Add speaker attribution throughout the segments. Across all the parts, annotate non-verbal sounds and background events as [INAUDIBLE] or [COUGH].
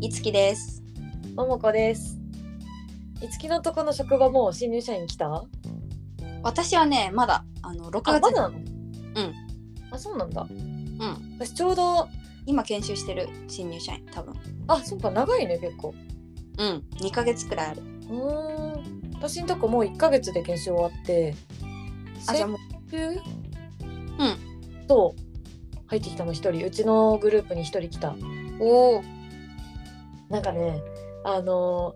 Speaker 1: いつきです。
Speaker 2: ももこです。いつきのとこの職場もう新入社員来た？あ
Speaker 1: 私はね、まだ、あの、6
Speaker 2: ま
Speaker 1: 月、。。
Speaker 2: だなの？うんあそうなんだ。うん私ちょうど
Speaker 1: 今研修してる新入社員、多分。
Speaker 2: あそうか長いね結構。
Speaker 1: うん、2ヶ月くらいある。
Speaker 2: うーん。私のとこもう一ヶ月で研修終わって。
Speaker 1: あ、じゃあもう、
Speaker 2: 先週？うん。と入ってきたの一人。うちのグループに一人来た。
Speaker 1: おお、
Speaker 2: なんかねあの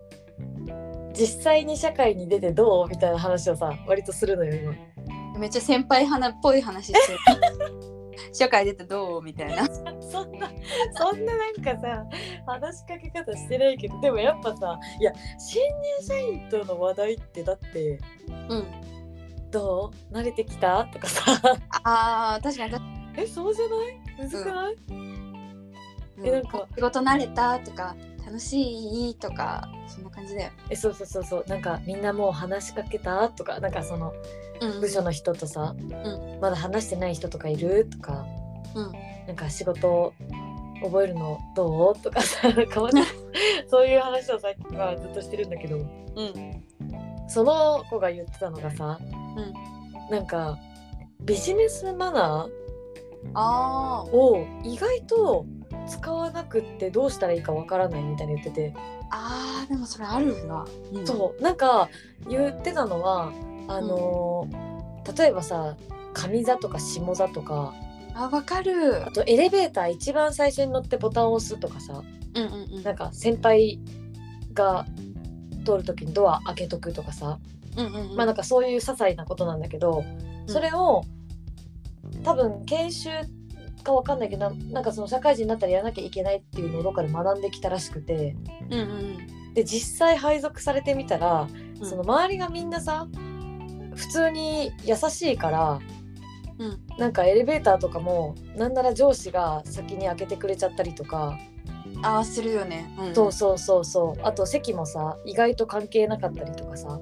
Speaker 2: 実際に社会に出てどうみたいな話をさ割とするのよ今。
Speaker 1: めっちゃ先輩派っぽい話して [LAUGHS] る。社会出てどうみたいな。
Speaker 2: そんなそんななんかさ話しかけ方してないけどでもやっぱさいや新入社員との話題ってだって
Speaker 1: うん。
Speaker 2: 「どう慣れてきた?」とかさ
Speaker 1: ああ、確かに確か
Speaker 2: 「 [LAUGHS] えそうじゃない難しくない
Speaker 1: に。
Speaker 2: えなんか
Speaker 1: 仕事慣れたとか、楽しいとか、そんな感じだよ。
Speaker 2: えそうそうそうそうなんかみんなもう話しかけた?」とかなんかその
Speaker 1: うん
Speaker 2: 部署の人とさ、
Speaker 1: ん
Speaker 2: まだ話してない人とかいるとか、
Speaker 1: うん
Speaker 2: なんか仕事覚えるのどうとかさなんかま [LAUGHS] たそういう話をさっきはずっとしてるんだけど。
Speaker 1: うん。
Speaker 2: その子が言ってたのがさ、なんかビジネスマナ
Speaker 1: あ
Speaker 2: ーを意外と使わなくってどうしたらいいかわからないみたいに言ってて、
Speaker 1: あ、ああ、でもそれあるな。うん
Speaker 2: そうなんか言ってたのはあのー例えばさ上座とか下座とか
Speaker 1: あ、わかる
Speaker 2: あ。とエレベーター一番最初に乗ってボタンを押すとかさ
Speaker 1: うんうんうん
Speaker 2: なんか先輩が通る時にドア開けとくとかさ、
Speaker 1: うんうんうん。
Speaker 2: まあなんかそういう些細なことなんだけど、
Speaker 1: うん
Speaker 2: それを多分研修かわかんないけどななんかその社会人になったらやらなきゃいけないっていうのをどっかで学んできたらしくて
Speaker 1: うんうんうん。
Speaker 2: で実際配属されてみたら、
Speaker 1: うん
Speaker 2: その周りがみんなさ普通に優しいから、
Speaker 1: うん
Speaker 2: なんかエレベーターとかもなんなら上司が先に開けてくれちゃったりとか、
Speaker 1: ああ、するよね。うん
Speaker 2: そうそうそうそうあと席もさ意外と関係なかったりとかさ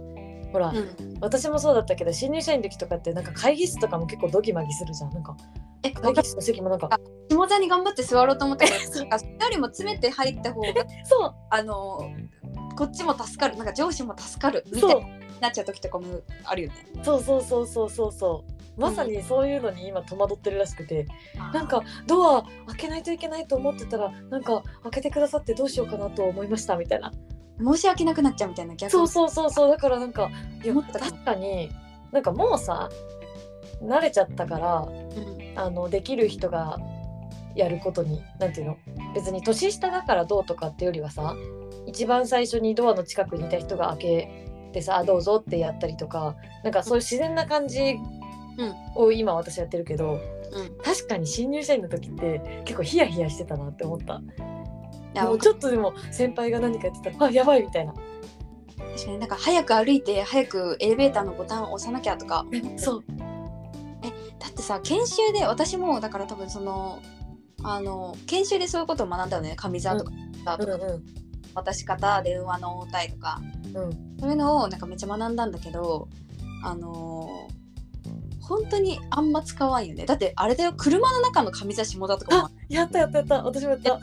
Speaker 2: ほら、
Speaker 1: うん。
Speaker 2: 私もそうだったけど新入社員の時とかってなんか会議室とかも結構ドギマギするじゃんなんか
Speaker 1: え、
Speaker 2: 会議室の席もなんか
Speaker 1: あ下座に頑張って座ろうと思った
Speaker 2: [LAUGHS]
Speaker 1: けどなんかそれよりも詰めて入った方が
Speaker 2: そ
Speaker 1: あのこっちも助かるなんか上司も助かる
Speaker 2: う
Speaker 1: みた
Speaker 2: そ
Speaker 1: いうになっちゃう時とかもあるよね。
Speaker 2: そうそうそうそうそうそうまさにそういうのに今戸惑ってるらしくて、なんかドア開けないといけないと思ってたらなんか開けてくださってどうしようかなと思いましたみたいな
Speaker 1: 申し訳なくなっちゃうみたいな逆
Speaker 2: そう
Speaker 1: に
Speaker 2: そうそうそうだからなんかいや
Speaker 1: 思ったかも
Speaker 2: 確かになんかもうさ慣れちゃったから
Speaker 1: うん
Speaker 2: あのできる人がやることになんていうの別に年下だからどうとかってよりはさ一番最初にドアの近くにいた人が開けてさあ「どうぞ」ってやったりとかなんかそういう自然な感じ
Speaker 1: うん
Speaker 2: を今私やってるけど、
Speaker 1: うん
Speaker 2: 確かに新入社員の時って結構ヒヤヒヤしてたなって思った
Speaker 1: いや
Speaker 2: もうちょっとでも先輩が何かやってたら「あやばい」みたいな
Speaker 1: 確かになんか早く歩いて早くエレベーターのボタンを押さなきゃとか
Speaker 2: そう
Speaker 1: だってさ研修で私もだから多分そのあの研修でそういうことを学んだよね上座とか座
Speaker 2: う
Speaker 1: と
Speaker 2: ん
Speaker 1: か、
Speaker 2: う
Speaker 1: 渡し方電話の応対とか
Speaker 2: んうん
Speaker 1: そういうのをなんかめっちゃ学んだんだけどあのー本当にあんま使わんよねだってあれだよ車の中の上座下座とかも
Speaker 2: あやったやったやった私もやった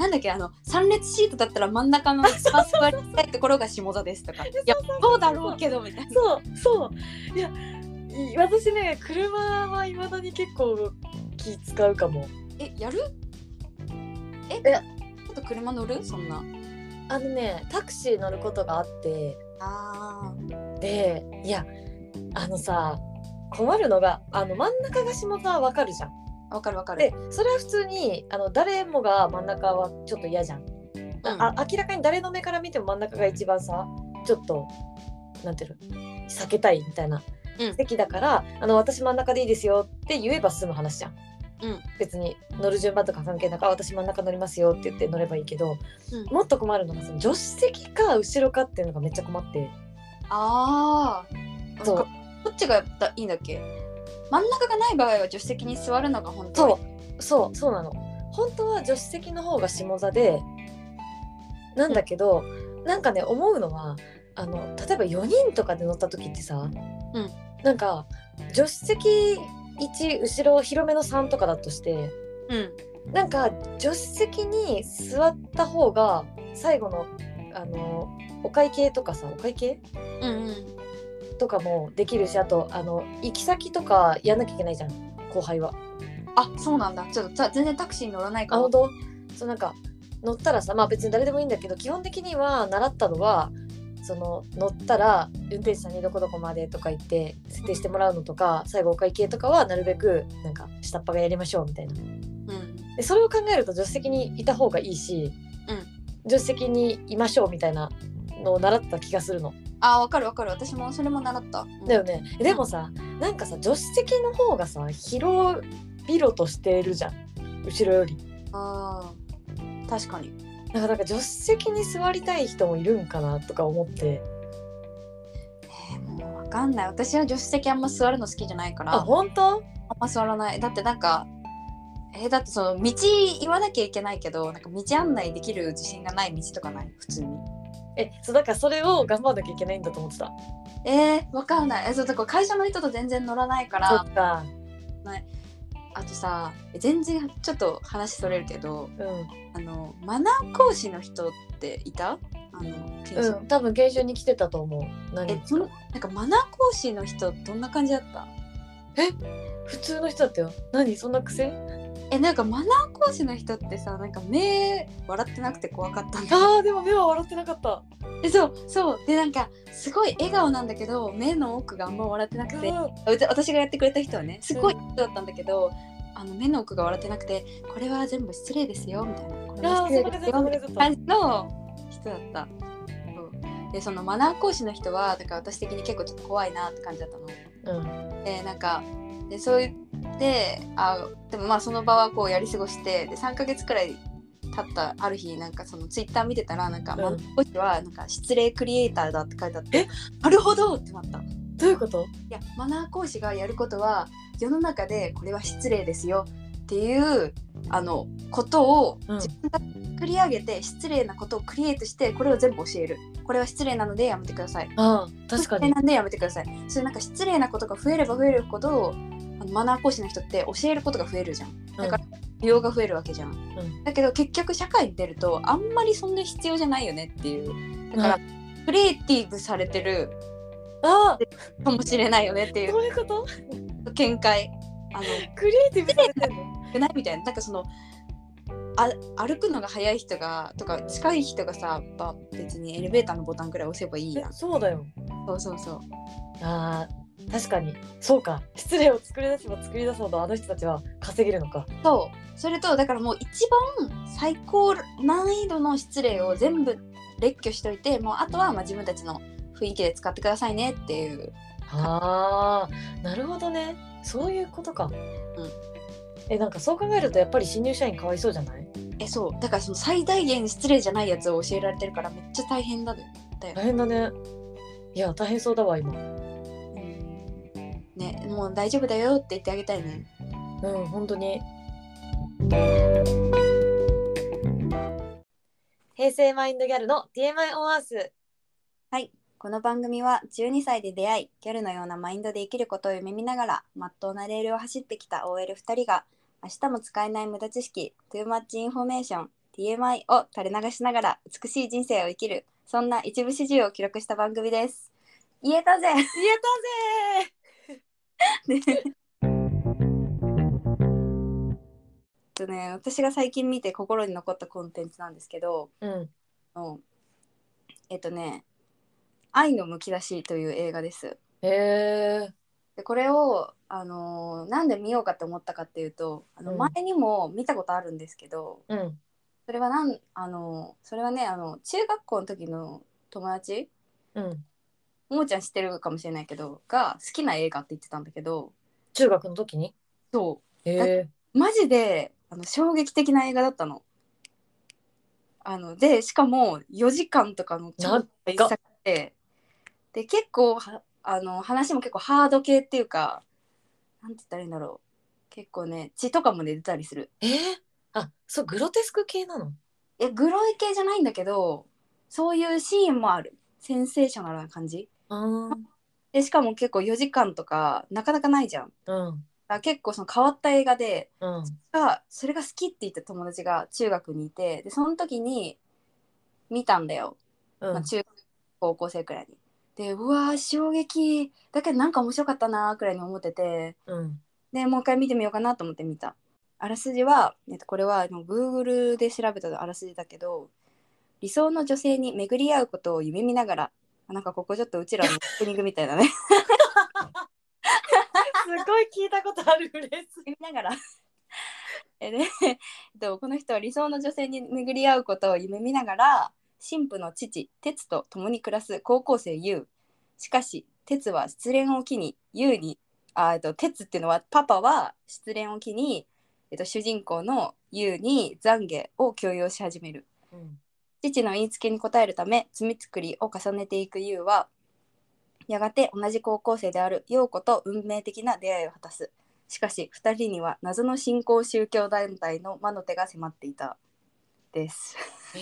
Speaker 1: なんだっけあの3列シートだったら真ん中 [LAUGHS] の一番座りたいところが下座ですとかいやそうだろうけどみたいな
Speaker 2: そうそういやい私ね車はいまだに結構気使うかも
Speaker 1: えやるえ
Speaker 2: え
Speaker 1: ちょっと車乗るそんな
Speaker 2: あのねタクシー乗ることがあって
Speaker 1: あ
Speaker 2: でいやあのさ困るのがあの真ん中が下田はわかるじゃん
Speaker 1: ーわかるわかる
Speaker 2: でそれは普通にあの誰もが真ん中はちょっと嫌じゃん、
Speaker 1: うん
Speaker 2: あ明らかに誰の目から見ても真ん中が一番さちょっとなんていうの避けたいみたいな
Speaker 1: うん
Speaker 2: 席だから、あの私真ん中でいいですよって言えば済む話じゃん、
Speaker 1: うん
Speaker 2: 別に乗る順番とか関係なくあ私真ん中乗りますよって言って乗ればいいけど、
Speaker 1: うん
Speaker 2: もっと困るのがその助手席か後ろかっていうのがめっちゃ困って
Speaker 1: ああ
Speaker 2: そう
Speaker 1: どっちがだいいんだっけ真ん中がない場合は助手席に座るのが本当
Speaker 2: そうそうそうなの本当は助手席の方が下座でなんだけど、なんかね思うのはあの例えば4人とかで乗った時ってさ、
Speaker 1: うん
Speaker 2: なんか助手席1後ろ広めの3とかだとして
Speaker 1: うん
Speaker 2: なんか助手席に座った方が最後のあのお会計とかさお会計
Speaker 1: うんうん
Speaker 2: とかもできるしあとあの行き先とかやんなきゃいけないじゃん後輩は。
Speaker 1: あそうなんだちょっとた全然タクシーに乗らないか
Speaker 2: あ
Speaker 1: も
Speaker 2: 本当そうなんか乗ったらさまあ別に誰でもいいんだけど基本的には習ったのはその乗ったら運転手さんにどこどこまでとか言って設定してもらうのとか最後お会計とかはなるべくなんか下っ端がやりましょうみたいな
Speaker 1: うん
Speaker 2: でそれを考えると助手席にいた方がいいし、
Speaker 1: うん
Speaker 2: 助手席にいましょうみたいなのを習った気がするの、
Speaker 1: あわかるわかる私もそれも習った、うん
Speaker 2: だよねえでもさなんかさ助手席の方がさ広々としてるじゃん後ろより
Speaker 1: あー確かに
Speaker 2: なんかなんか助手席に座りたい人もいるんかなとか思って
Speaker 1: えーもうわかんない私は助手席あんま座るの好きじゃないから
Speaker 2: あ本当
Speaker 1: あんま座らないだってなんかえーだってその道言わなきゃいけないけどなんか道案内できる自信がない道とかない普通に
Speaker 2: えそうだからそれを頑張んなきゃいけないんだと思ってた
Speaker 1: えー、わかんないえそうだから会社の人と全然乗らないから
Speaker 2: そっか
Speaker 1: あとさ全然ちょっと話それるけど
Speaker 2: う
Speaker 1: あのマナー講師の人っていたあの研修
Speaker 2: ん、うん、多分研修に来てたと思う何
Speaker 1: えそのなんかマナー講師の人どんな感じだった
Speaker 2: 普通の人だったよ何そんな癖
Speaker 1: えなんかマナー講師の人ってさなんか目笑ってなくて怖かったんだ
Speaker 2: あーでも目は笑ってなかった
Speaker 1: えそうそうでなんかすごい笑顔なんだけど目の奥があんま笑ってなくて、
Speaker 2: うん
Speaker 1: うち私がやってくれた人はねすごい人だったんだけど、あの目の奥が笑ってなくてこれは全部失礼ですよみたいなこれは失礼ですよみたいな感じの人だった。そうでそのマナー講師の人はだから私的に結構ちょっと怖いなって感じだったの。
Speaker 2: うん
Speaker 1: でなんかでそう言ってあでもまあその場はこうやり過ごしてで3ヶ月くらい経ったある日なんかそのツイッター見てたらなんか、
Speaker 2: うん
Speaker 1: マナー講師はなんか失礼クリエイターだって書いてあっ
Speaker 2: え
Speaker 1: てなるほどってなった。
Speaker 2: どういうこと
Speaker 1: いやマナー講師がやることは世の中でこれは失礼ですよっていうあのことを
Speaker 2: うん
Speaker 1: 自分が作り上げて、失礼なことをクリエイトしてこれを全部教えるこれは失礼なのでやめてください
Speaker 2: ああ確か
Speaker 1: 失礼
Speaker 2: に
Speaker 1: なんでやめてくださいそういうなんか失礼なことが増えれば増えるほどあのマナー講師の人って教えることが増えるじゃんだから利用が増えるわけじゃん、
Speaker 2: ん
Speaker 1: だけど結局社会に出るとあんまりそんな必要じゃないよねっていうだから、
Speaker 2: う
Speaker 1: クリエイティブされてる
Speaker 2: ああ
Speaker 1: かもしれないよねっていう
Speaker 2: どういうこと
Speaker 1: 見解あの
Speaker 2: クリエイティブされてんの
Speaker 1: くないみたいななんかそのあ歩くのが速い人がとか近い人がさば別にエレベーターのボタンくらい押せばいいやん
Speaker 2: えそうだよ
Speaker 1: そうそうそう
Speaker 2: あー確かにそうか失礼を作り出せば作り出すほどあの人たちは稼げるのか
Speaker 1: そうそれとだからもう一番最高難易度の失礼を全部列挙しといてもうあとはまあ自分たちの雰囲気で使ってくださいねっていう
Speaker 2: あーなるほどねそういうことか、
Speaker 1: ん
Speaker 2: えなんかそう考えるとやっぱり新入社員かわいそうじゃない
Speaker 1: えそうだからその最大限失礼じゃないやつを教えられてるからめっちゃ大変だよだよ
Speaker 2: 大変だねいや大変そうだわ今
Speaker 1: う
Speaker 2: う
Speaker 1: んねもう大丈夫だよって言ってあげたいね
Speaker 2: ん本当に平成マインドギャルの TMI オンアース
Speaker 1: この番組は12歳で出会いギャルのようなマインドで生きることを夢見ながらまっとうなレールを走ってきた OL2 人が明日も使えない無駄知識 Too Much Information TMI を垂れ流しながら美しい人生を生きるそんな一部始終を記録した番組です言えたぜ
Speaker 2: 言え
Speaker 1: ねえっとね私が最近見て心に残ったコンテンツなんですけど
Speaker 2: たぜ
Speaker 1: あのえっとね「愛のむき出し」という映画です
Speaker 2: うんへえ
Speaker 1: でこれを、あのーなんで見ようかって思ったかっていうとあの
Speaker 2: うん
Speaker 1: 前にも見たことあるんですけど、
Speaker 2: うん
Speaker 1: それはなん、あのーそれはねあの中学校の時の友達
Speaker 2: うん
Speaker 1: ももちゃん知ってるかもしれないけどが好きな映画って言ってたんだけど
Speaker 2: 中学の時に
Speaker 1: そ
Speaker 2: へえ
Speaker 1: うマジであの衝撃的な映画だったの。あのでしかも4時間とかの
Speaker 2: 長っ
Speaker 1: 大作でで結構はあの話も結構ハード系っていうかなんて言ったらいいんだろう結構ね血とかも出てたりする
Speaker 2: えー、あそうグロテスク系なの
Speaker 1: えグロい系じゃないんだけどそういうシーンもあるセンセーショナルな感じ
Speaker 2: あー
Speaker 1: でしかも結構4時間とかなかなかないじゃんだか
Speaker 2: うん
Speaker 1: ら結構その変わった映画で
Speaker 2: うん
Speaker 1: がそれが好きって言った友達が中学にいてでその時に見たんだよ、
Speaker 2: うん
Speaker 1: まあ、中高校生くらいに。でうわー衝撃だけどなんか面白かったなーくらいに思ってて
Speaker 2: うん
Speaker 1: でもう一回見てみようかなと思って見た。あらすじは、えっと、これはあの Google で調べたあらすじだけど理想の女性に巡り合うことを夢見ながらあなんかここちょっとうちらのオープニングみたいだね
Speaker 2: [LAUGHS] すごい聞いたことあるフレーズ。
Speaker 1: 夢見ながら [LAUGHS] えで、 [LAUGHS] えっと、この人は理想の女性に巡り合うことを夢見ながら神父の父哲と共に暮らす高校生優しかし哲は失恋を機に優にあえっと哲っていうのはパパは失恋を機に、えっと、主人公の優に懺悔を強要し始める
Speaker 2: うん
Speaker 1: 父の言いつけに応えるため罪作りを重ねていく優はやがて同じ高校生である陽子と運命的な出会いを果たすしかし2人には謎の新興宗教団体の魔の手が迫っていたです
Speaker 2: え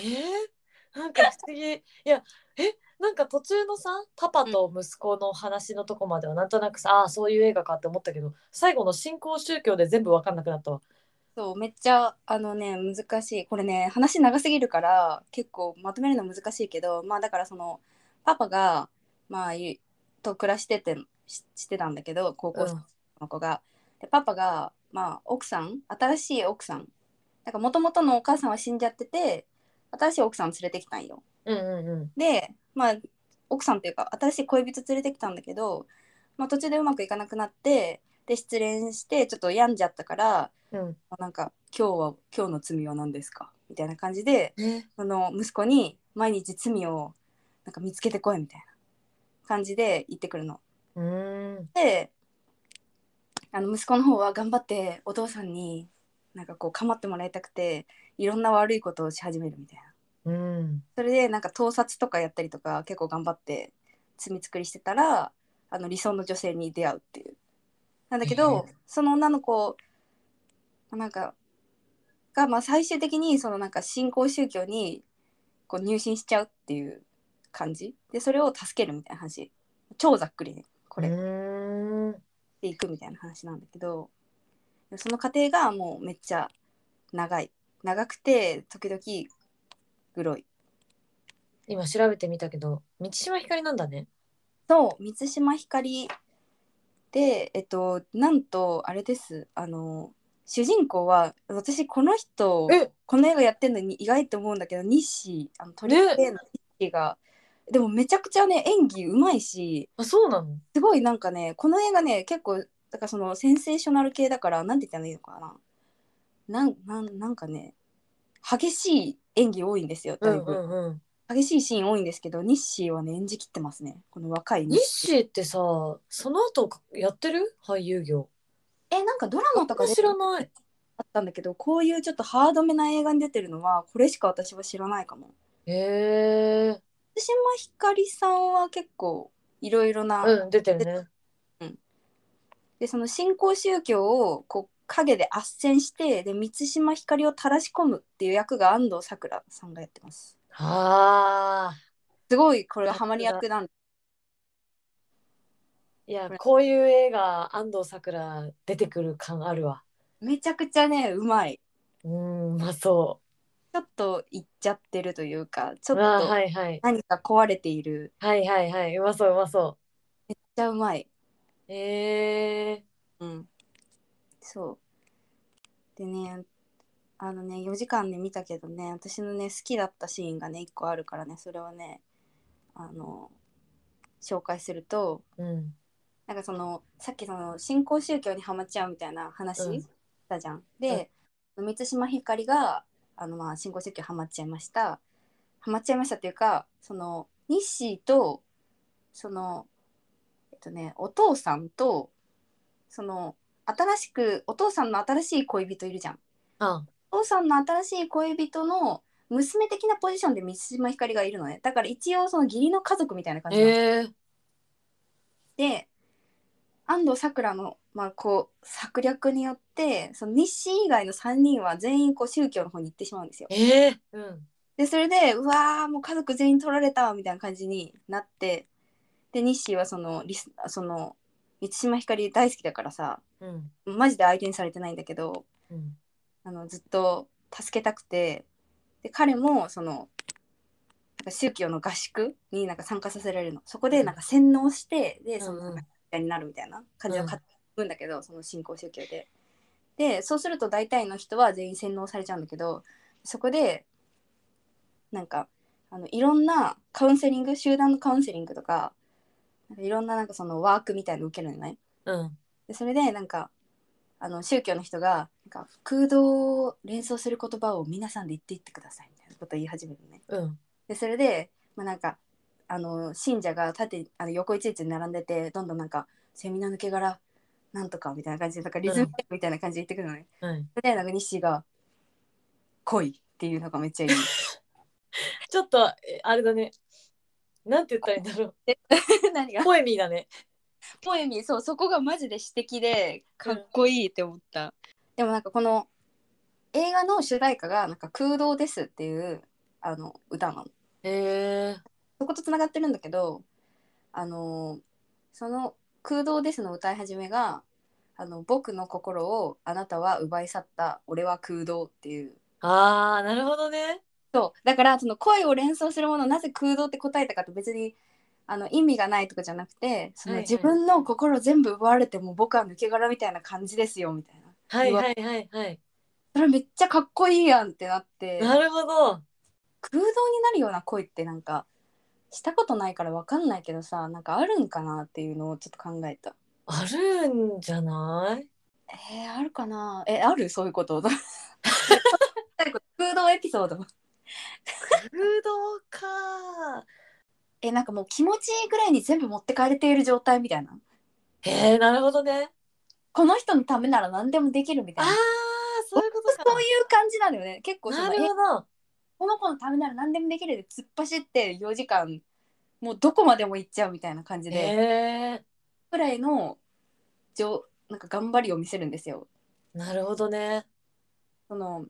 Speaker 2: ー、なんか不思議。いやえなんか途中のさパパと息子の話のとこまではなんとなくさ、ああそういう映画かって思ったけど最後の新興宗教で全部分かんなくなったわ。
Speaker 1: そうめっちゃあのね難しいこれね話長すぎるから結構まとめるの難しいけどまあだからそのパパがまあいと暮らしててししてたんだけど高校生の子が、でパパが、まあ、奥さん新しい奥さんなんか元々のお母さんは死んじゃってて新しい奥さんを連れてきたんよ
Speaker 2: うんうんうん
Speaker 1: でまあ奥さんというか新しい恋人連れてきたんだけど、まあ、途中でうまくいかなくなってで失恋してちょっと病んじゃったから
Speaker 2: うん。
Speaker 1: なんか今日は今日の罪は何ですかみたいな感じで
Speaker 2: ね
Speaker 1: その息子に毎日罪をなんか見つけてこいみたいな感じで言ってくるの。
Speaker 2: うーん
Speaker 1: であの息子の方は頑張ってお父さんになんかこう構ってもらいたくていろんな悪いことをし始めるみたいな
Speaker 2: うん
Speaker 1: それでなんか盗撮とかやったりとか結構頑張って罪作りしてたらあの理想の女性に出会うっていうなんだけど、その女の子なんかがまあ最終的にそのなんか信仰宗教にこう入信しちゃうっていう感じでそれを助けるみたいな話超ざっくりねこ
Speaker 2: こ
Speaker 1: れ
Speaker 2: うーん
Speaker 1: っていくみたいな話なんだけどその過程がもうめっちゃ長い長くて時々グロい
Speaker 2: 今調べてみたけど満島ひかりなんだね。
Speaker 1: と満島ひかりでえっとなんとあれですあの主人公は私この人
Speaker 2: え
Speaker 1: この映画やってるのに意外と思うんだけど西あの鳥
Speaker 2: ね
Speaker 1: 系の西が、でもめちゃくちゃね演技うまいし
Speaker 2: あそうなの
Speaker 1: すごいなんかねこの映画ね結構だからそのセンセーショナル系だからなんて言ったらいいのかななんなんなんかね激しい演技多いんですよ
Speaker 2: う
Speaker 1: だい
Speaker 2: ん
Speaker 1: ぶ、
Speaker 2: うんうん。
Speaker 1: 激しいシーン多いんですけどニッシーはね演じきってますねこの若い
Speaker 2: 日
Speaker 1: ね
Speaker 2: 誌ってさその後やってる俳優業。
Speaker 1: えなんかドラマとかで
Speaker 2: 知らない。
Speaker 1: あったんだけどこういうちょっとハードめな映画に出てるのはこれしか私は知らないかも
Speaker 2: へえ。
Speaker 1: 津島ひかりさんは結構いろいろな、
Speaker 2: うん出てるね。
Speaker 1: でその新興宗教をこう陰で斡旋してで満島ひかりをたらし込むっていう役が安藤サクラさんがやってます
Speaker 2: ああ。
Speaker 1: すごいこれがハマり役なんで
Speaker 2: いやこういう映画安藤サクラ出てくる感あるわ。
Speaker 1: めちゃくちゃねうまいう
Speaker 2: ーんまあそ
Speaker 1: ちょっといっちゃってるというかち
Speaker 2: う。
Speaker 1: ょ
Speaker 2: あ
Speaker 1: っ
Speaker 2: ー
Speaker 1: と
Speaker 2: はいはい
Speaker 1: 何か壊れている
Speaker 2: はいはいはいうまそううまそ。
Speaker 1: めっちゃうまいう
Speaker 2: へえ。
Speaker 1: うん。そう。でね、あのね、4時間で見たけどね、私のね、好きだったシーンがね、1個あるからね、それをね、あの、紹介すると、
Speaker 2: うん
Speaker 1: なんかその、さっきその、新興宗教にハマっちゃうみたいな話
Speaker 2: うん
Speaker 1: したじゃん。で、満島ひかりが、あの、まあ、新興宗教ハマっちゃいました。ハマっちゃいましたっていうか、その、ニッシーと、その、えっとね、お父さんと、その新しくお父さんの新しい恋人いるじゃん
Speaker 2: あ
Speaker 1: お父さんの新しい恋人の娘的なポジションで満島ひかりがいるのねだから一応その義理の家族みたいな感じなんです
Speaker 2: へえ。
Speaker 1: で安藤サクラの、まあ、こう策略によってその日誌以外の3人は全員こう宗教の方に行ってしまうんですよ
Speaker 2: ええ。うん。
Speaker 1: でそれでうわーもう家族全員取られたみたいな感じになってで日誌はそのリスその満島ひかり大好きだからさ
Speaker 2: うん
Speaker 1: マジで相手にされてないんだけど
Speaker 2: うん
Speaker 1: あのずっと助けたくてで彼もそのなんか宗教の合宿になんか参加させられるのそこでなんか洗脳してでその
Speaker 2: うんう
Speaker 1: なん
Speaker 2: ん
Speaker 1: か信者になるみたいな感じの買うんだけど、その信仰宗教で。でそうすると大体の人は全員洗脳されちゃうんだけどそこでなんかあのいろんなカウンセリング集団のカウンセリングとかなんかいろんななんかそのワークみたいの受けるのよね。
Speaker 2: うん
Speaker 1: でそれでなんかあの宗教の人がなんか空洞を連想する言葉を皆さんで言っていってくださいみたいなことを言い始めるのね。
Speaker 2: うん
Speaker 1: でそれで、まあ、なんかあの信者が縦あの横一列に並んでてどんどんなんか「セミの抜け殻なんとか」みたいな感じでなんかリズムみたいな感じで言ってくるのね。
Speaker 2: うん
Speaker 1: それでなんか西が「恋」っていうのがめっちゃいい。
Speaker 2: ちょっとえあれだねなんて言ったらいいんだろ
Speaker 1: [LAUGHS] 何
Speaker 2: う
Speaker 1: が
Speaker 2: ポエミーだね
Speaker 1: ポエミーそうそこがマジで詩的でかっこいいって思った、でもなんかこの映画の主題歌がなんか空洞ですっていうあの歌なの
Speaker 2: へえ
Speaker 1: そことつながってるんだけどあのその「空洞です」の歌い始めが「あの僕の心をあなたは奪い去った俺は空洞」っていう
Speaker 2: あーなるほどね
Speaker 1: そうだからその恋を連想するものをなぜ空洞って答えたかって別にあの意味がないとかじゃなくてその
Speaker 2: はいはい
Speaker 1: 自分の心全部奪われても僕は抜け殻みたいな感じですよみたいな
Speaker 2: はいはいはいはい
Speaker 1: それめっちゃかっこいいやんってなって
Speaker 2: なるほど
Speaker 1: 空洞になるような恋ってなんかしたことないからわかんないけどさなんかあるんかなっていうのをちょっと考えた。
Speaker 2: あるんじゃない
Speaker 1: えー、あるかなえあるそういうこと [LAUGHS] 空洞エピソード
Speaker 2: 空洞か
Speaker 1: えなんかもう気持ちいいぐらいに全部持ってかれている状態みたいな
Speaker 2: へえなるほどね
Speaker 1: この人のためなら何でもできるみた
Speaker 2: あ
Speaker 1: い
Speaker 2: ー
Speaker 1: な
Speaker 2: そういうことか
Speaker 1: そういう感じなのよね結構そ
Speaker 2: な
Speaker 1: の
Speaker 2: る
Speaker 1: え
Speaker 2: ほど
Speaker 1: この子のためなら何でもできるで突っ走って4時間もうどこまでも行っちゃうみたいな感じで、
Speaker 2: へえ
Speaker 1: ぐらいのじょなんか頑張りを見せるんですよ。
Speaker 2: なるほどね
Speaker 1: その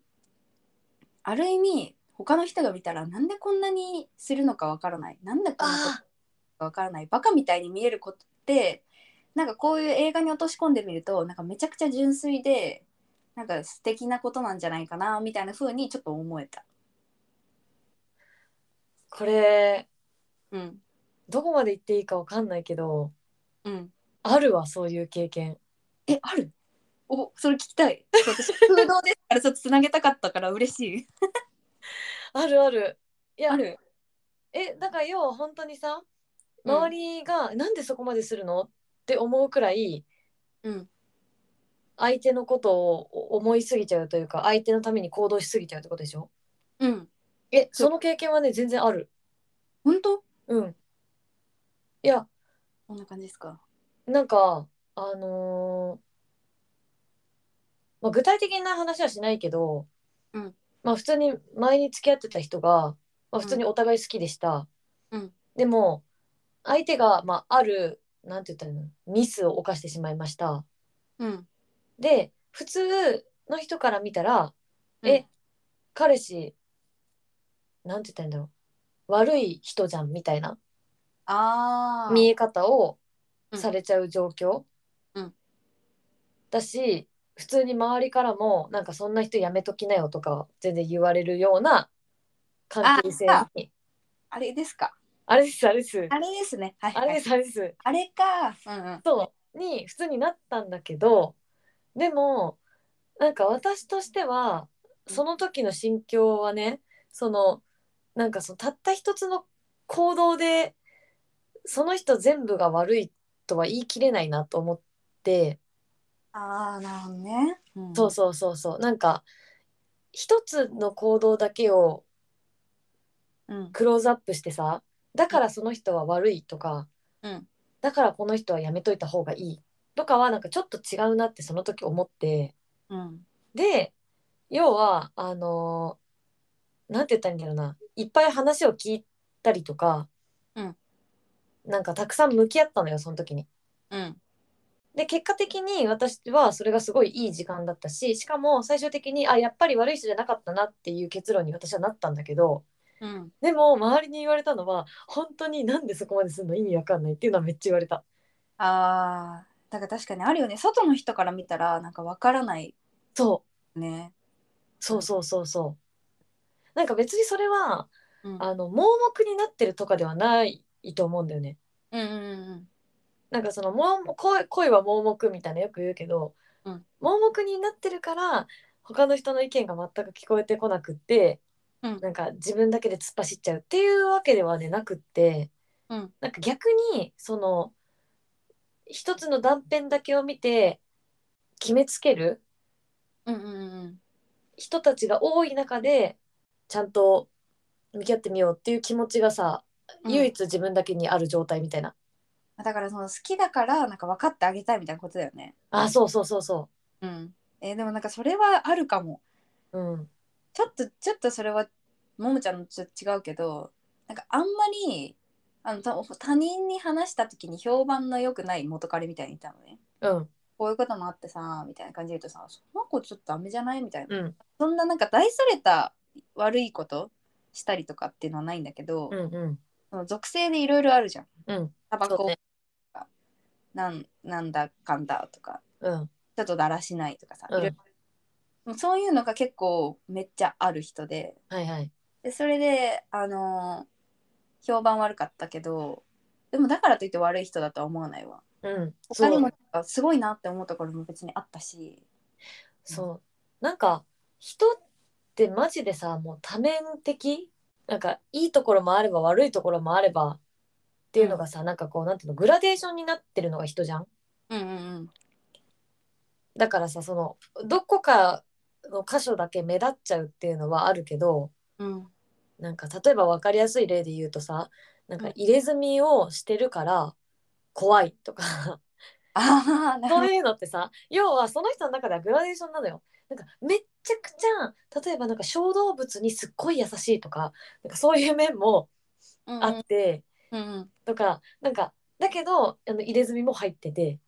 Speaker 1: ある意味他の人が見たらなんでこんなにするのかわからないなんでこんなこと
Speaker 2: あ
Speaker 1: わからないバカみたいに見えることってなんかこういう映画に落とし込んでみるとなんかめちゃくちゃ純粋でなんか素敵なことなんじゃないかなみたいな風にちょっと思えた。
Speaker 2: これ
Speaker 1: うん
Speaker 2: どこまで行っていいかわかんないけど
Speaker 1: うん、
Speaker 2: あるわそういう経験
Speaker 1: えあるおそれ聞きたい。私空洞ですからちょっとつなげたかったから嬉しい。
Speaker 2: あるあるいや
Speaker 1: ある
Speaker 2: えだから要は本当にさ
Speaker 1: うん
Speaker 2: 周りが、なんでそこまでするのって思うくらい
Speaker 1: うん
Speaker 2: 相手のことを思いすぎちゃうというか相手のために行動しすぎちゃうってことでしょ
Speaker 1: うん
Speaker 2: え
Speaker 1: そう
Speaker 2: その経験はね全然ある
Speaker 1: 本当
Speaker 2: うんいや
Speaker 1: こんな感じですか。
Speaker 2: なんかあのーまあ、具体的な話はしないけど、
Speaker 1: うん
Speaker 2: まあ、普通に前に付き合ってた人が、まあ、普通にお互い好きでした、
Speaker 1: うん
Speaker 2: でも相手が、まあ、あるなんて言ったらいいのミスを犯してしまいました
Speaker 1: うん
Speaker 2: で普通の人から見たら、
Speaker 1: うん
Speaker 2: え彼氏なんて言ったらいいんだろう悪い人じゃんみたいな
Speaker 1: ああ
Speaker 2: 見え方を
Speaker 1: うん
Speaker 2: されちゃう状況、
Speaker 1: うん
Speaker 2: だし普通に周りからもなんかそんな人やめときなよとか全然言われるような関係性に
Speaker 1: あ
Speaker 2: あ
Speaker 1: あれですか。
Speaker 2: れですあれです
Speaker 1: あれですね。はい、
Speaker 2: あれ
Speaker 1: はい
Speaker 2: ですあれです
Speaker 1: あれか。うんうん。
Speaker 2: そうに普通になったんだけどでもなんか私としてはその時の心境はねそのなんかそのたった一つの行動でその人全部が悪いとは言い切れないなと思って、
Speaker 1: ああなるほどね。うん
Speaker 2: そうそうそうそうなんか一つの行動だけを
Speaker 1: うん
Speaker 2: クローズアップしてさだからその人は悪いとか
Speaker 1: うん
Speaker 2: だからこの人はやめといた方がいいとかはなんかちょっと違うなってその時思って。
Speaker 1: うん
Speaker 2: で要はあのーなんて言ったらいいんだろうないっぱい話を聞いたりとか、
Speaker 1: うん
Speaker 2: なんかたくさん向き合ったのよその時に。
Speaker 1: うん
Speaker 2: で結果的に私はそれがすごいいい時間だったししかも最終的にあやっぱり悪い人じゃなかったなっていう結論に私はなったんだけど
Speaker 1: うん。
Speaker 2: でも周りに言われたのは本当になんでそこまでするの意味わかんないっていうのはめっちゃ言われた。
Speaker 1: ああだから確かにあるよね外の人から見たらなんかわからない
Speaker 2: そう
Speaker 1: ね
Speaker 2: そうそうそうそう。なんか別にそれは
Speaker 1: うん
Speaker 2: あの盲目になってるとかではないと思うんだよね。
Speaker 1: うんうん
Speaker 2: なんかその盲目恋恋は盲目みたいなよく言うけど、
Speaker 1: うん
Speaker 2: 盲目になってるから他の人の意見が全く聞こえてこなくって、
Speaker 1: うん
Speaker 2: なんか自分だけで突っ走っちゃうっていうわけではねなくって、
Speaker 1: うん
Speaker 2: なんか逆にその一つの断片だけを見て決めつける
Speaker 1: うんうんうんうん
Speaker 2: 人たちが多い中でちゃんと向き合ってみようっていう気持ちがさ、
Speaker 1: うん
Speaker 2: 唯一自分だけにある状態みたいな
Speaker 1: だからその好きだからなんか分かってあげたいみたいなことだよね。
Speaker 2: あそうそうそうそ
Speaker 1: うん、えーでもなんかそれはあるかも。
Speaker 2: ううん
Speaker 1: ちょっとちょっとそれはももちゃんのちょっと違うけどなんかあんまりあのた他人に話した時に評判の良くない元彼みたいにいたのね。
Speaker 2: うん
Speaker 1: こういうこともあってさみたいな感じで言うとさその子ちょっとダメじゃないみたいな。
Speaker 2: うん
Speaker 1: そんななんか大それた悪いことしたりとかっていうのはないんだけど、
Speaker 2: うんうん
Speaker 1: その属性でいろいろあるじゃん。
Speaker 2: うん
Speaker 1: タバ
Speaker 2: そう
Speaker 1: コ
Speaker 2: ね
Speaker 1: なんなんだかんだとか
Speaker 2: うん
Speaker 1: ちょっとだらしないとかさ、
Speaker 2: うん
Speaker 1: いろいろそういうのが結構めっちゃある人で
Speaker 2: はいはい
Speaker 1: でそれであのー評判悪かったけどでもだからといって悪い人だとは思わないわ
Speaker 2: うん
Speaker 1: 他にも
Speaker 2: そう
Speaker 1: なんかすごいなって思うところも別にあったし
Speaker 2: そうなんか人ってマジでさもう多面的なんかいいところもあれば悪いところもあればっていうのがさ、なんかこうなんていうのグラデーションになってるのが人じゃん
Speaker 1: うんうん
Speaker 2: だからさそのどこかの箇所だけ目立っちゃうっていうのはあるけど
Speaker 1: うんうん
Speaker 2: なんか例えば分かりやすい例で言うとさなんか入れ墨をしてるから怖いとか
Speaker 1: ああ [LAUGHS] なるほ
Speaker 2: そう
Speaker 1: ど
Speaker 2: いうのってさ要はその人の中ではグラデーションなのよ。なんかめっちゃくちゃ例えばなんか小動物にすっごい優しいとかなんかそういう面も
Speaker 1: うん
Speaker 2: あって、
Speaker 1: うんうん
Speaker 2: とかなんかだけどあの入れ墨も入ってて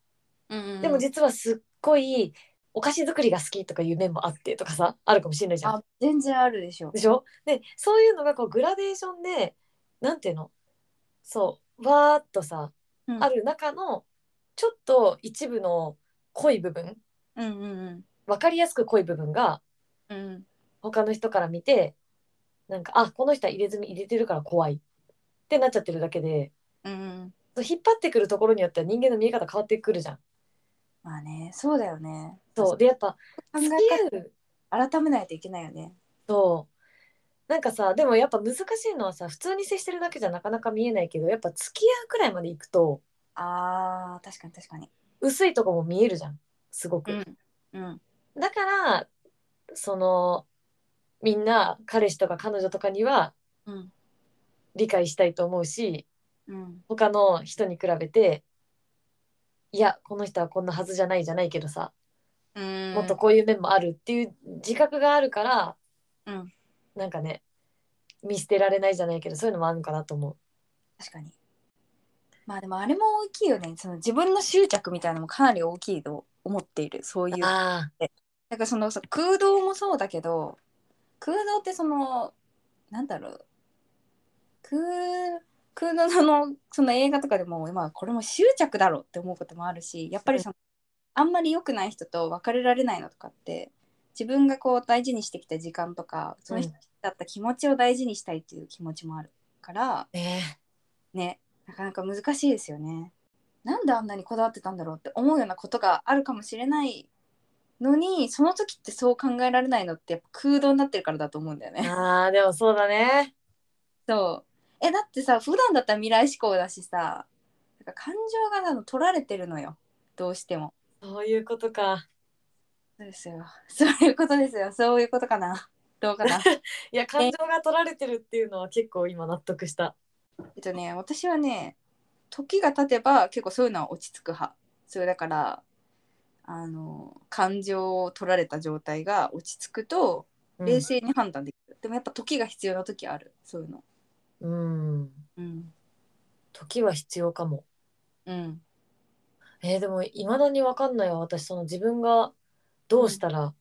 Speaker 1: うんうん
Speaker 2: でも実はすっごいお菓子作りが好きとかいう面もあってとかさあるかもしれないじゃん。
Speaker 1: あ全然あるでしょ
Speaker 2: でしょでそういうのがこうグラデーションでなんていうのそうわーっとさ、
Speaker 1: うん
Speaker 2: ある中のちょっと一部の濃い部分
Speaker 1: うんうんうん
Speaker 2: 分かりやすく濃い部分が
Speaker 1: うん
Speaker 2: 他の人から見てなんかあこの人は入れ墨入れてるから怖いってなっちゃってるだけで
Speaker 1: うんうん
Speaker 2: そう引っ張ってくるところによっては人間の見え方変わってくるじゃん。
Speaker 1: まあねそうだよね
Speaker 2: そうでやっぱ
Speaker 1: 考
Speaker 2: 付き
Speaker 1: え
Speaker 2: 合う
Speaker 1: 方改めないといけないよね
Speaker 2: となんかさでもやっぱ難しいのはさ普通に接してるだけじゃなかなか見えないけどやっぱ付き合うくらいまでいくと。
Speaker 1: あー確かに確かに
Speaker 2: 薄いとこも見えるじゃんすごく、
Speaker 1: うんうん
Speaker 2: だからそのみんな彼氏とか彼女とかには
Speaker 1: うん
Speaker 2: 理解したいと思うし
Speaker 1: うん
Speaker 2: 他の人に比べていやこの人はこんなはずじゃないじゃないけどさ、
Speaker 1: うん
Speaker 2: もっとこういう面もあるっていう自覚があるから、
Speaker 1: うん
Speaker 2: なんかね見捨てられないじゃないけどそういうのもあるのかなと思
Speaker 1: 確かにまあでもあれも大きいよねその自分の執着みたいなのもかなり大きいと思っているそういう
Speaker 2: う。
Speaker 1: だか
Speaker 2: あ
Speaker 1: らそのそう空洞もそうだけど空洞ってそのなんだろう空空洞のその映画とかでもまあこれも執着だろうって思うこともあるしやっぱりそのあんまり良くない人と別れられないのとかって自分がこう大事にしてきた時間とかその人だった気持ちを大事にしたいっていう気持ちもあるから、
Speaker 2: あね
Speaker 1: ねなかなか難しいですよねなんであんなにこだわってたんだろうって思うようなことがあるかもしれないのにその時ってそう考えられないのってやっぱ空洞になってるからだと思うんだよね
Speaker 2: あーでもそうだね
Speaker 1: そうえだってさ普段だったら未来志向だしさなんか感情がなの取られてるのよどうしても
Speaker 2: そういうことか
Speaker 1: そうですよそういうことですよそういうことかなどうかな
Speaker 2: いや感情が取られてるっていうのは結構今納得した
Speaker 1: えっとね私はね時が経てば結構そういうのは落ち着く派それだからあの感情を取られた状態が落ち着くと冷静に判断できる、でもやっぱ時が必要な時あるそういうの
Speaker 2: うん、
Speaker 1: うん
Speaker 2: 時は必要かも。
Speaker 1: うん
Speaker 2: えーでもいまだに分かんないわ私その自分がどうしたら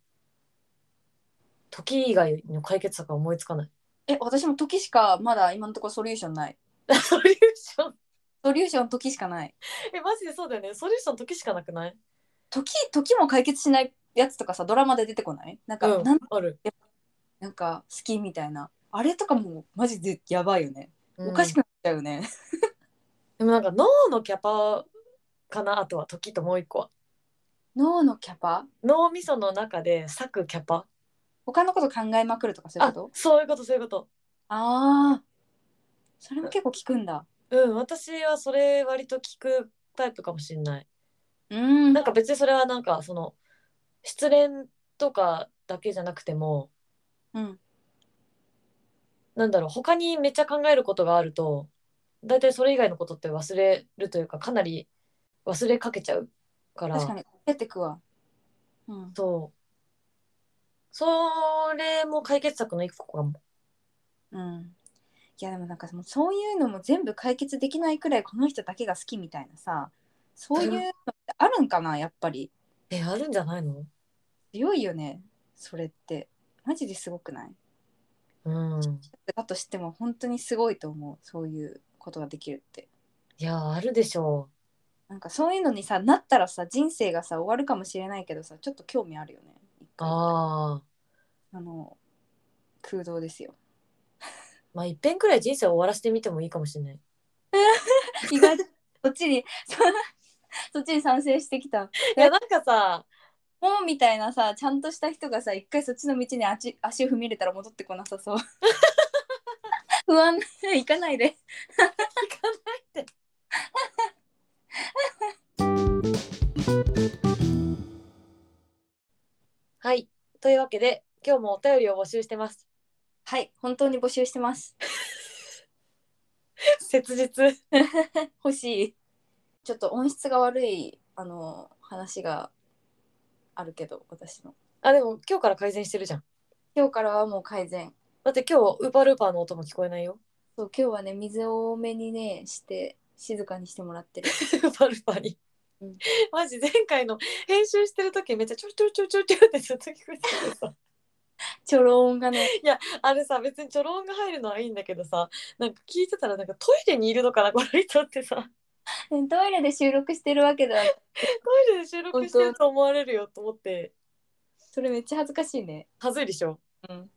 Speaker 2: 時以外の解決策が思いつかない。 [LAUGHS]
Speaker 1: え私も時しかまだ今のところソリューションない
Speaker 2: ソリューション
Speaker 1: ソリューション時しかない
Speaker 2: [LAUGHS] えマジでそうだよねソリューション時しかなくない
Speaker 1: 時時も解決しないやつとかさドラマで出てこないなんか、
Speaker 2: うん
Speaker 1: なん
Speaker 2: ある。
Speaker 1: なんか好きみたいなあれとかもマジでやばいよね、おかしく
Speaker 2: うん
Speaker 1: なっちゃうよね
Speaker 2: でもなんか脳のキャパかなあとは時ともう一個は
Speaker 1: 脳のキャパ
Speaker 2: 脳みその中で割くキャパ
Speaker 1: 他のこと考えまくるとかそういう
Speaker 2: あ
Speaker 1: こと
Speaker 2: そういうことそういうこと
Speaker 1: ああそれも結構効くんだ
Speaker 2: うん私はそれ割と聞くタイプかもしんない
Speaker 1: うん
Speaker 2: [LAUGHS] なんか別にそれはなんかその失恋とかだけじゃなくても
Speaker 1: うん
Speaker 2: なんだろう他にめっちゃ考えることがあると大体それ以外のことって忘れるというかかなり忘れかけちゃうから
Speaker 1: 確かに出てくわうん
Speaker 2: そうそれも解決策の一個かも
Speaker 1: うんいやでもなんかそのそういうのも全部解決できないくらいこの人だけが好きみたいなさそういうのってあるんかなやっぱり
Speaker 2: えあるんじゃないの
Speaker 1: 強いよねそれってマジですごくない
Speaker 2: うん
Speaker 1: だとしても本当にすごいと思うそういうことができるって
Speaker 2: いやあるでしょ
Speaker 1: なんかそういうのにさなったらさ人生がさ終わるかもしれないけどさちょっと興味あるよね一
Speaker 2: う
Speaker 1: 回
Speaker 2: ああ
Speaker 1: あの空洞ですよ
Speaker 2: まあいっぺんくらい人生を終わらせてみてもいいかもしれない
Speaker 1: [LAUGHS] 意外とそっちに [LAUGHS] そそっちに賛成してきた
Speaker 2: [LAUGHS] いやなんかさ
Speaker 1: もうみたいなさちゃんとした人がさ一回そっちの道に足足を踏み入れたら戻ってこなさ [LAUGHS] そう不安行かないで
Speaker 2: 行かないではいというわけで今日もお便りを募集してます [LAUGHS]
Speaker 1: はい本当に募集してます
Speaker 2: 切実
Speaker 1: 欲しいちょっと音質が悪いあの話があるけど私の
Speaker 2: あでも今日から改善してるじゃん
Speaker 1: 今日からはもう改善
Speaker 2: だって今日ウーパールーパーの音も聞こえないよ [LAUGHS]
Speaker 1: そう今日はね水を多めにねして静かにしてもらって [LAUGHS] る
Speaker 2: ウーパールーパーに、
Speaker 1: うん
Speaker 2: マジ前回の編集してる時めっちゃちょろちょろちょろちょろちょろってずっと聞こえてたけどさ [LAUGHS]
Speaker 1: ちょろ音がね
Speaker 2: あれさ別にちょろんが入るのはいいんだけどさなんか聞いてたらなんかトイレにいるのかなこの人ってさ [LAUGHS]
Speaker 1: ねトイレで収録してるわけだ
Speaker 2: トイレで収録してると思われるよと思って
Speaker 1: それめっちゃ恥ずかしいね
Speaker 2: はずいでしょ
Speaker 1: うん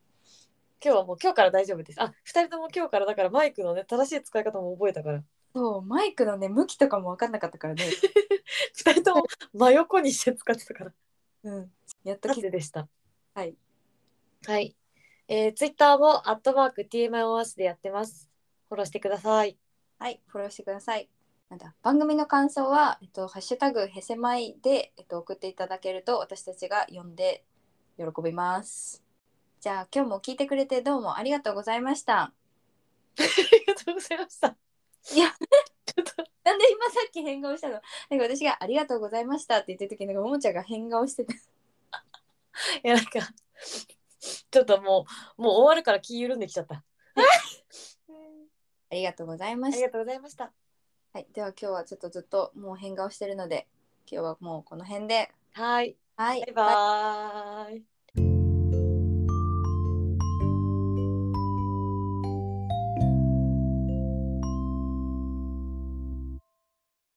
Speaker 2: 今日はもう今日から大丈夫ですあ二人とも今日からだからマイクのね正しい使い方も覚えたから
Speaker 1: そうマイクのね向きとかも分かんなかった [LAUGHS] からね
Speaker 2: 二人とも真横にして使ってたから
Speaker 1: うん、やっと
Speaker 2: な
Speaker 1: き
Speaker 2: ぜでした
Speaker 1: はい
Speaker 2: はいえー、ツイッターもアットマーク TMIOS でやってますフォローしてください
Speaker 1: はい、フォローしてください。なんだ番組の感想は、えっと、ハッシュタグへせまいで、えっと、送っていただけると私たちが読んで喜びます。じゃあ今日も聞いてくれてどうもありがとうございました。
Speaker 2: ありがとうご [LAUGHS] ざいました
Speaker 1: いや
Speaker 2: ちょっと
Speaker 1: なんで今さっき変顔したのなんか私が「ありがとうございました」って言ってる時なんかももちゃんが変顔 [LAUGHS] してた。
Speaker 2: いやなんかちょっともうもう終わるから気緩んできちゃった。
Speaker 1: ありがとうござい
Speaker 2: あ
Speaker 1: ま
Speaker 2: り
Speaker 1: し
Speaker 2: が
Speaker 1: た。
Speaker 2: とうございました。
Speaker 1: はい、では今日はちょっとずっともう変顔してるので今日はもうこの辺で。
Speaker 2: はい、
Speaker 1: はい、
Speaker 2: バイバーイ。